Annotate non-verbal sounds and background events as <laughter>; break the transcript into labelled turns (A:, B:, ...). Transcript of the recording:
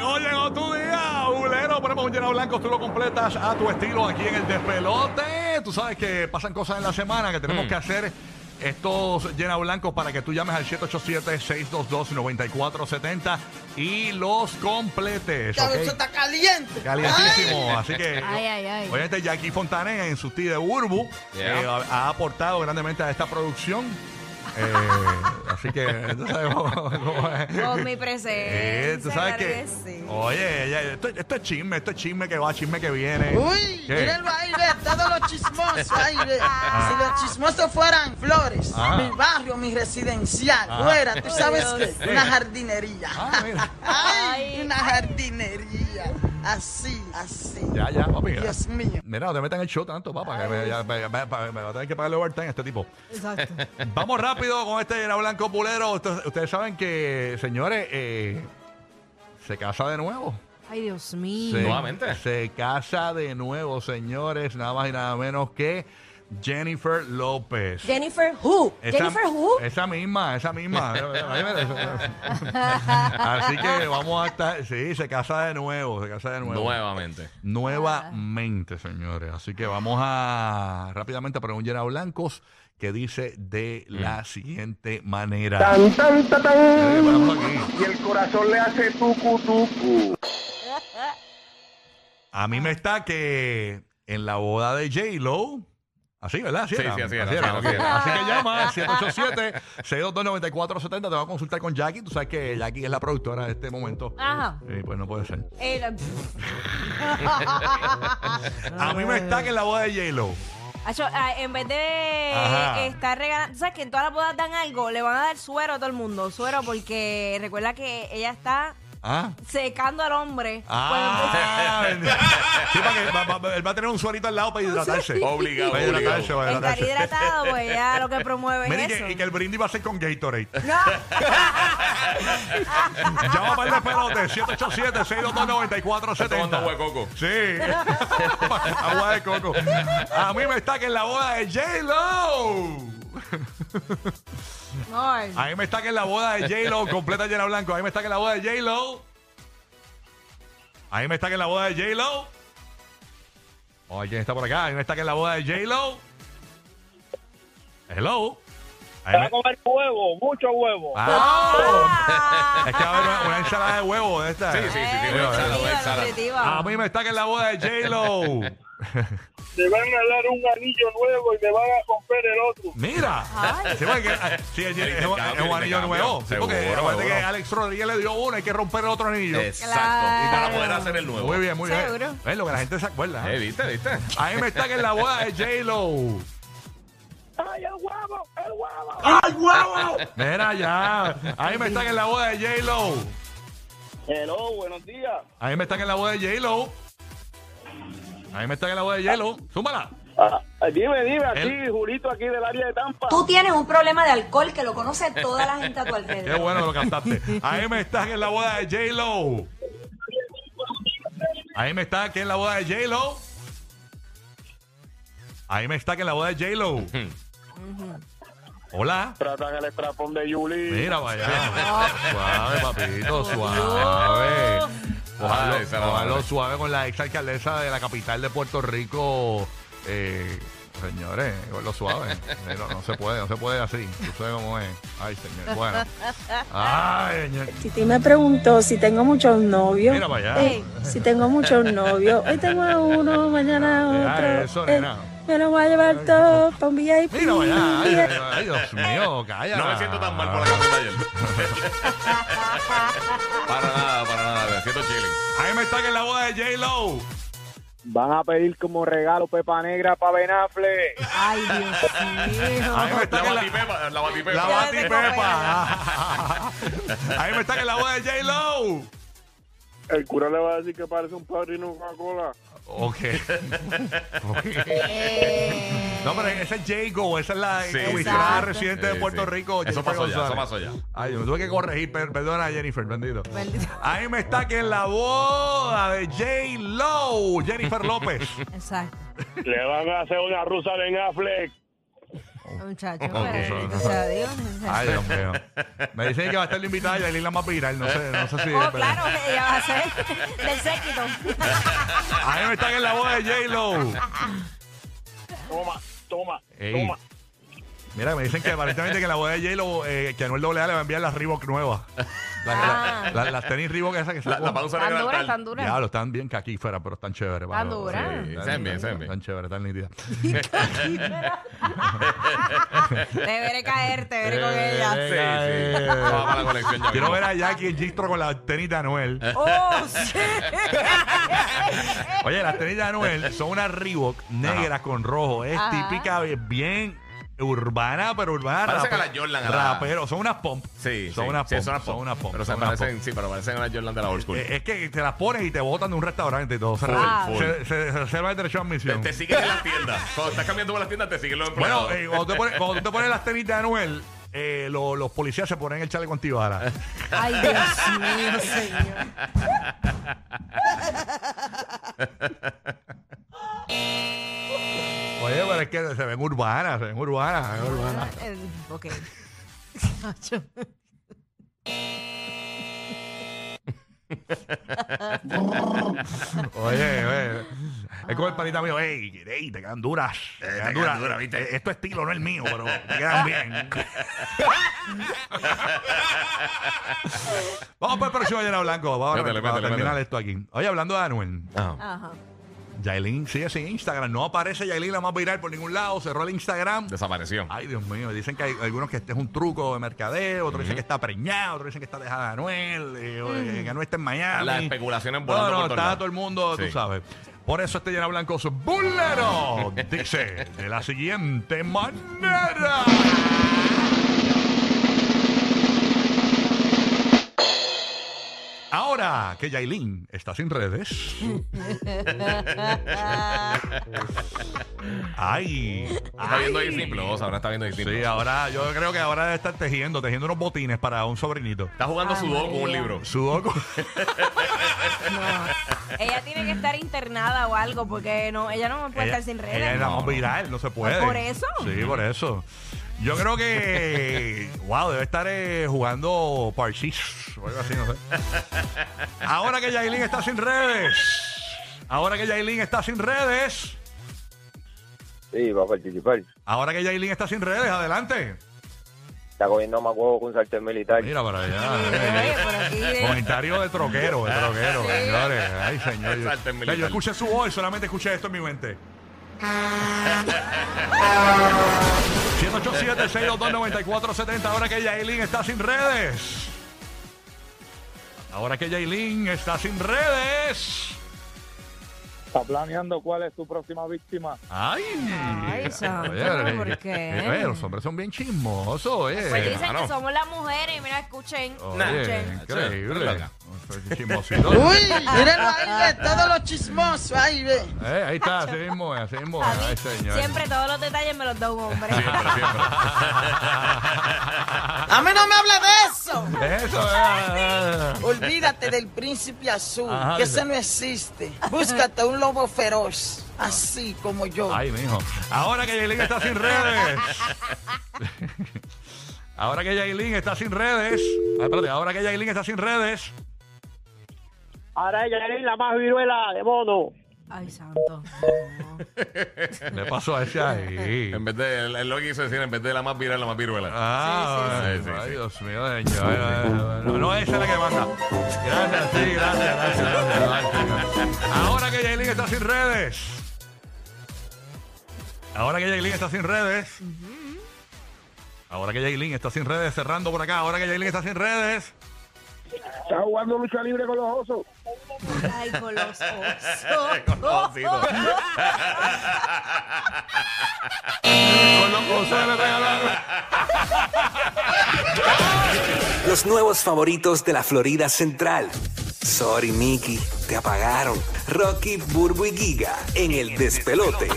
A: Comenzó tu día, Julero. Ponemos un lleno blanco, tú lo completas a tu estilo aquí en el despelote. Tú sabes que pasan cosas en la semana que tenemos que hacer estos llena blancos para que tú llames al 787-622-9470 y los completes.
B: Claro,
A: ¿ok?
B: eso está caliente.
A: Calientísimo. Así que,
C: Ay, ay, ay.
A: obviamente, Jackie Fontané en su tía de Urbu
D: Yeah.
A: eh, ha, ha aportado grandemente a esta producción. Eh, así que, no sabemos <laughs> cómo es.
C: Con mi presencia.
A: Eh, tú sabes
C: claro
A: que.
C: sí.
A: Oye, ella- esto, esto es chisme, esto es chisme que va, chisme que viene.
B: Ay. Uy,
A: ¿Qué? Ah.
B: míralo ahí, ve, todos los chismosos ahí, ve. Si los chismosos fueran flores,
A: Ajá.
B: mi barrio, mi residencial,
A: Ajá.
B: fuera, tú sabes
C: Dios.
B: qué, una jardinería.
A: Ah, mira.
B: Ay,
C: Ay.
B: una jardinería. Así, así.
A: Ya, ya, papi. mira.
B: Dios mío.
A: Mira, no te metan el show tanto, papá. Que me, ya- me- me- me- me va a tener que pagarle overtime a este tipo.
C: Exacto.
A: Vamos rápido con este Llena Blanco Pulero. Ustedes, ustedes saben que, señores, eh, se casa de nuevo.
C: Ay, Dios mío.
A: Se-
D: Nuevamente.
A: Se casa de nuevo, señores. Nada más y nada menos que Jennifer López.
E: Jennifer Who.
A: Esa-
E: Jennifer Who.
A: Esa misma, esa misma. Así que vamos a estar. Sí, se casa de nuevo, se casa de nuevo.
D: Nuevamente.
A: Nuevamente, señores. Así que vamos a rápidamente a preguntar a Blancos que dice de
D: Mm.
A: la siguiente manera.
F: Tan, tan, ta,
A: Eh,
F: tan.
A: paramos aquí.
F: Y el corazón le hace tucu, tucu.
A: A mí me está que en la boda de J-Lo. Así, ¿verdad? Así
D: Sí,
A: era.
D: sí, así era,
A: era,
D: así
A: así
D: era,
A: era. Así que llama al 787 622 Te va a consultar con Jackie. Tú sabes que Jackie es la productora de este momento.
C: Ajá.
A: Sí, pues no puede ser.
C: Eh, la- pff,
A: A mí me
C: Ah.
A: está que en la boda de J-Lo.
C: Acho, ah, en vez de
A: Ajá.
C: estar regalando, ¿sabes que en todas las bodas dan algo? Le van a dar suero a todo el mundo, suero, porque recuerda que ella está
A: ¿Ah?
C: secando al hombre.
A: Ah, bendito. sí, para que va- va- él va a tener un suarito al lado para hidratarse.
D: Obligado,
A: Para hidratarse, para
D: obligado.
C: Pues, estar
A: hidratarse.
C: hidratado, pues ella lo que promueve
A: Mira, y
C: es eso.
A: que, y que el brindis va a ser con <laughs> Gatorade.
C: No.
A: Llama para el pelote, 787 622
D: tomando agua de coco.
A: Sí.
C: <laughs>
A: Agua de coco. A mí me está que en la boda de J-Lo.
C: Ay.
A: A mí me está que en la boda de
D: <laughs>
A: J-Lo, completa llena blanco. A mí me está que en la boda de J-Lo. A mí me está que en la boda de J-Lo. Oye, ¿quién está por acá? A mí me está que en la boda de J-Lo. Hello. A mí me-
F: comer huevo, mucho huevo.
A: Ah,
C: Ah.
A: Es que va a haber una, una ensalada de huevo de esta.
D: Sí, sí, sí, sí.
C: Eh,
D: una ensalada, una
C: nutritiva,
D: ensalada.
C: nutritiva.
A: A mí me está que en la boda de J-Lo.
F: Te van a dar un anillo nuevo y te van a comprar el otro.
A: Mira.
C: Ay.
A: Sí, porque, ah, sí, es, es- es un- es un anillo nuevo. Sí, porque
D: Seguro,
A: acuérdate que
D: seguro.
A: Alex Rodríguez le dio uno, hay que romper el otro anillo.
D: Exacto. Y
C: Claro.
D: para poder hacer el nuevo.
A: Muy bien, muy bien.
C: Seguro.
A: Es lo que la gente se acuerda.
D: Eh,
A: ¿eh?
D: ¿Viste? ¿Viste?
A: A mí me está que en la boda de J-Lo.
F: ¡Ay, el huevo, el huevo!
A: Mira ya. A mí me está que en la boda de J-Lo.
F: Hello, buenos días.
A: A mí me está que en la boda de J-Lo. A mí me está que en la boda de J-Lo. Súmala.
F: Ah, dime, dime, aquí,
A: El-
F: Julito, aquí del área de Tampa.
E: Tú tienes un problema de alcohol que lo conoce toda la gente a tu
A: Qué
E: alrededor.
A: bueno que lo cantaste. Ahí me está que en la boda de J-Lo. Ahí me está que en la boda de J-Lo. Ahí me está que en la boda de J-Lo.
D: Hmm.
A: Hola.
F: Tratan el estrapón de Juli.
A: Mira,
D: <laughs>
A: vaya. Suave, papito, suave.
D: Ay, se la
A: Ojalá
D: madre.
A: suave con la ex alcaldesa de la capital de Puerto Rico. Eh, señores, lo suave. Eh, No, no se puede, no se puede así. Tú sabes cómo es. Ay, señor. Bueno. Ay, señor.
G: Titi me preguntó si tengo muchos novios.
A: Mira para allá.
G: Eh, si tengo muchos novios. Hoy tengo a uno, mañana
A: Ah,
G: a otro.
A: eso,
G: Eh,
A: nena.
G: me los voy a llevar todos para un VIP.
A: Mira para allá. Ay, ay, ay, Dios mío, calla.
D: No me siento tan mal por la canción de ayer. <laughs> para nada, para nada. Me siento chilling.
A: Ahí me está que en la boda de J-Lo.
F: Van a pedir como regalo pepa negra para Benafle.
C: Ay, Dios mío.
A: Ahí me está
D: La
A: que en la...
D: batipepa, la
A: La
D: batipepa.
C: Ya me tengo
A: batipepa. <laughs> Ahí me está que en la boda de J-Lo.
F: El cura le va a decir que parece un padrino Coca-Cola.
A: Ok. <laughs> Ok.
C: Eh,
A: No, pero esa es Jago, esa es la
D: Sí,
A: comisionada
C: exacto.
A: residente de
D: Sí,
A: Puerto
D: sí.
A: Rico.
D: Eso
A: Jennifer
D: pasó ya, eso
A: González.
D: pasó ya.
A: Ay, yo me tuve que corregir, per- perdona Jennifer, bendito.
C: Bendito.
A: Ahí me está que en la boda de
D: <laughs>
A: J-Lo, Jennifer López.
C: Exacto.
F: Le van a hacer una rusa de Affleck.
C: Muchacho,
A: Ok.
C: pero gracias a Dios.
A: Ay, Dios mío. Me dicen que va a estar la invitada y la más viral. No sé, no sé si.
C: Oh,
A: pero-
C: claro, ella va a ser del séquito.
A: Ahí me están en la voz de J-Lo.
F: Toma, toma,
A: Ey.
F: toma.
A: Mira, me dicen que aparentemente que la boda de J-Lo, eh, que Anuel AA le va a enviar las Reebok nuevas. La- la-
C: Ah.
A: la- las tenis Reebok esas que
D: La,
A: sacó.
D: la pausa
C: Tan
D: negra
C: dura,
D: tal.
C: tan dura.
A: Diablo, están bien caquíferas, pero están chéveres.
C: Están
A: mano.
C: duras.
A: Sí,
D: Sí,
A: están-
D: saben bien,
A: están-
D: saben bien.
A: Están chéveres, están nítidas.
C: Te veré caer, te veré con
A: Eh,
C: ella.
D: Sí, sí.
A: eh.
D: Vamos para la colección ya.
A: Quiero
D: mismo.
A: ver a Jackie en Gistro con las tenis de Anuel.
C: Oh, sí.
A: Oye, las tenis de Anuel son unas Reebok negras con rojo. Es
C: Ajá.
A: típica, bien urbana, pero urbana.
D: Parecen a
A: rape-
D: las Jordan, a la-
A: Rapero, son unas pomp.
D: Sí,
A: son
D: sí,
A: unas
D: sí,
A: pomp.
D: son unas
A: son
D: pop.
A: unas pomp.
D: Pero se
A: son unas pomp.
D: parecen, sí, pero parecen a la Jordan de la old school.
A: Eh, es que te las pones y te botan de un restaurante y todo. Se,
D: Ah.
A: se,
D: Full,
A: se-
D: full.
A: se reserva el derecho a
D: Te,
A: admisión.
D: te siguen en las tiendas. Cuando estás cambiando por las tiendas, te siguen los empleados.
A: Bueno, eh, cuando, te pones, cuando tú te pones las tenis de Anuel, eh, lo- los policías se ponen el chaleco antibala.
C: Ay, Dios mío, señor.
A: Oye, pero es que se ven urbanas, se ven urbanas, se ven urbanas.
C: Eh, ok.
A: Oye, oye. Es como el panita mío, ey, ey, te quedan duras. Te quedan
D: Eh, quedan
A: duras,
D: duras, ¿viste?
A: Eh, Es tu estilo, no el mío, pero te quedan
D: <laughs>
A: bien. Vamos para el próximo Llena Blanco. Vamos a
D: Métele,
A: para
D: métele,
A: terminar
D: métele.
A: esto aquí. Oye, hablando de Anuel.
D: Ah,
C: Ajá.
A: Yailin sigue sin Instagram. No aparece Yailin la más viral por ningún lado. Cerró el Instagram.
D: Desapareció.
A: Ay, Dios mío. me Dicen que hay algunos que este es un truco de mercadeo. Otros dicen que está preñado. Otros dicen que está dejada de Anuel. eh, o, eh, que Anuel está en Miami.
D: Las especulaciones
A: No,
D: volando
A: no,
D: por todos
A: está
D: lados.
A: todo el mundo, tú
D: Sí.
A: sabes. Por eso este llena blanco es
D: <laughs>
A: bulero. Dice de la siguiente manera. Ahora que Yailin está sin redes. Ay.
D: Está viendo Disney Plus, ahora está viendo Disney
A: Sí,
D: Plus.
A: ahora yo creo que ahora debe estar tejiendo, tejiendo unos botines para un sobrinito.
D: Está jugando
C: Ay,
D: sudoku con un
C: María.
D: libro. <laughs>
A: Sudoku.
C: No. Ella tiene que estar internada o algo porque no, ella no me puede estar sin redes.
A: ella es la
D: No,
A: más
D: no.
A: viral, no se puede.
C: ¿Por eso?
A: Sí, por eso. Yo creo
D: <laughs>
A: que, wow, debe estar eh, jugando Parchís o algo así, no sé. Ahora que Yailin está sin redes, ahora que Yailin está sin redes,
H: Sí, va a participar.
A: ahora que Yailin está sin redes, adelante.
H: Está cogiendo más huevo con un sartén militar.
A: Mira para allá.
C: Oye, pues,
A: eh.
C: por aquí de-
A: Comentario de troquero, de troquero, señores. Ay, señor. Yo,
D: Sartén
A: Oye, yo
D: militar.
A: escuché su voz y solamente escuché esto en mi mente. 787-622-9470. Ahora que Yailin está sin redes. Ahora que Yailin está sin redes.
F: Está planeando cuál es tu próxima víctima.
A: Ay,
C: Ay, santo, ¿por
A: eh,
C: qué?
A: eh, eh, los hombres son bien chismosos, eh.
C: Pues dicen
D: Claro.
C: que somos las mujeres, mira, escuchen.
A: Oye,
C: escuchen.
A: increíble.
D: Loca.
A: Chismositos.
B: <laughs> Uy, mírenlo ahí, ve, todos los chismosos, ahí ve.
A: Eh, ahí está, así mismo, es, así mismo. es.
C: A mí
A: Ay, señor.
C: siempre todos los detalles me los da un hombre.
D: Siempre, siempre.
A: Ah.
B: A mí no me habla de eso.
A: <laughs> Eso eh, es.
B: Olvídate del príncipe azul,
A: Ajá,
B: que
A: dice.
B: ese no existe. Búscate un lobo feroz, así como yo.
A: Ay, mijo. Ahora que Yailin está sin redes. <laughs> Ahora que Yailin está sin redes. Ay, espérate, ahora que Yailin está sin redes.
F: Ahora ella es la más viruela de mono.
C: Ay, santo.
A: Le pasó a ese ahí.
D: En vez de, él lo que quiso decir, en vez de la más viral, la más viruela.
A: Ah,
D: Sí, sí,
A: ay,
D: sí. Sí, sí,
A: Dios mío, señor. Ay, ay, ay, No, no, esa es la que manda. Gracias, sí, gracias, gracias, gracias, gracias. Ahora que Yailin está sin redes. Ahora que Yailin está sin redes. Ahora que Yailin está sin redes, cerrando por acá. Ahora que Yailin está sin redes.
F: Está jugando lucha libre con los osos.
C: Ay, con los
A: <laughs>
D: Con los
C: osos.
D: ositos.
A: Con los osos le regalaron.
I: Los nuevos favoritos de la Florida Central. Sorry, Mickey, te apagaron. Rocky, Burbu y Giga en el despelote.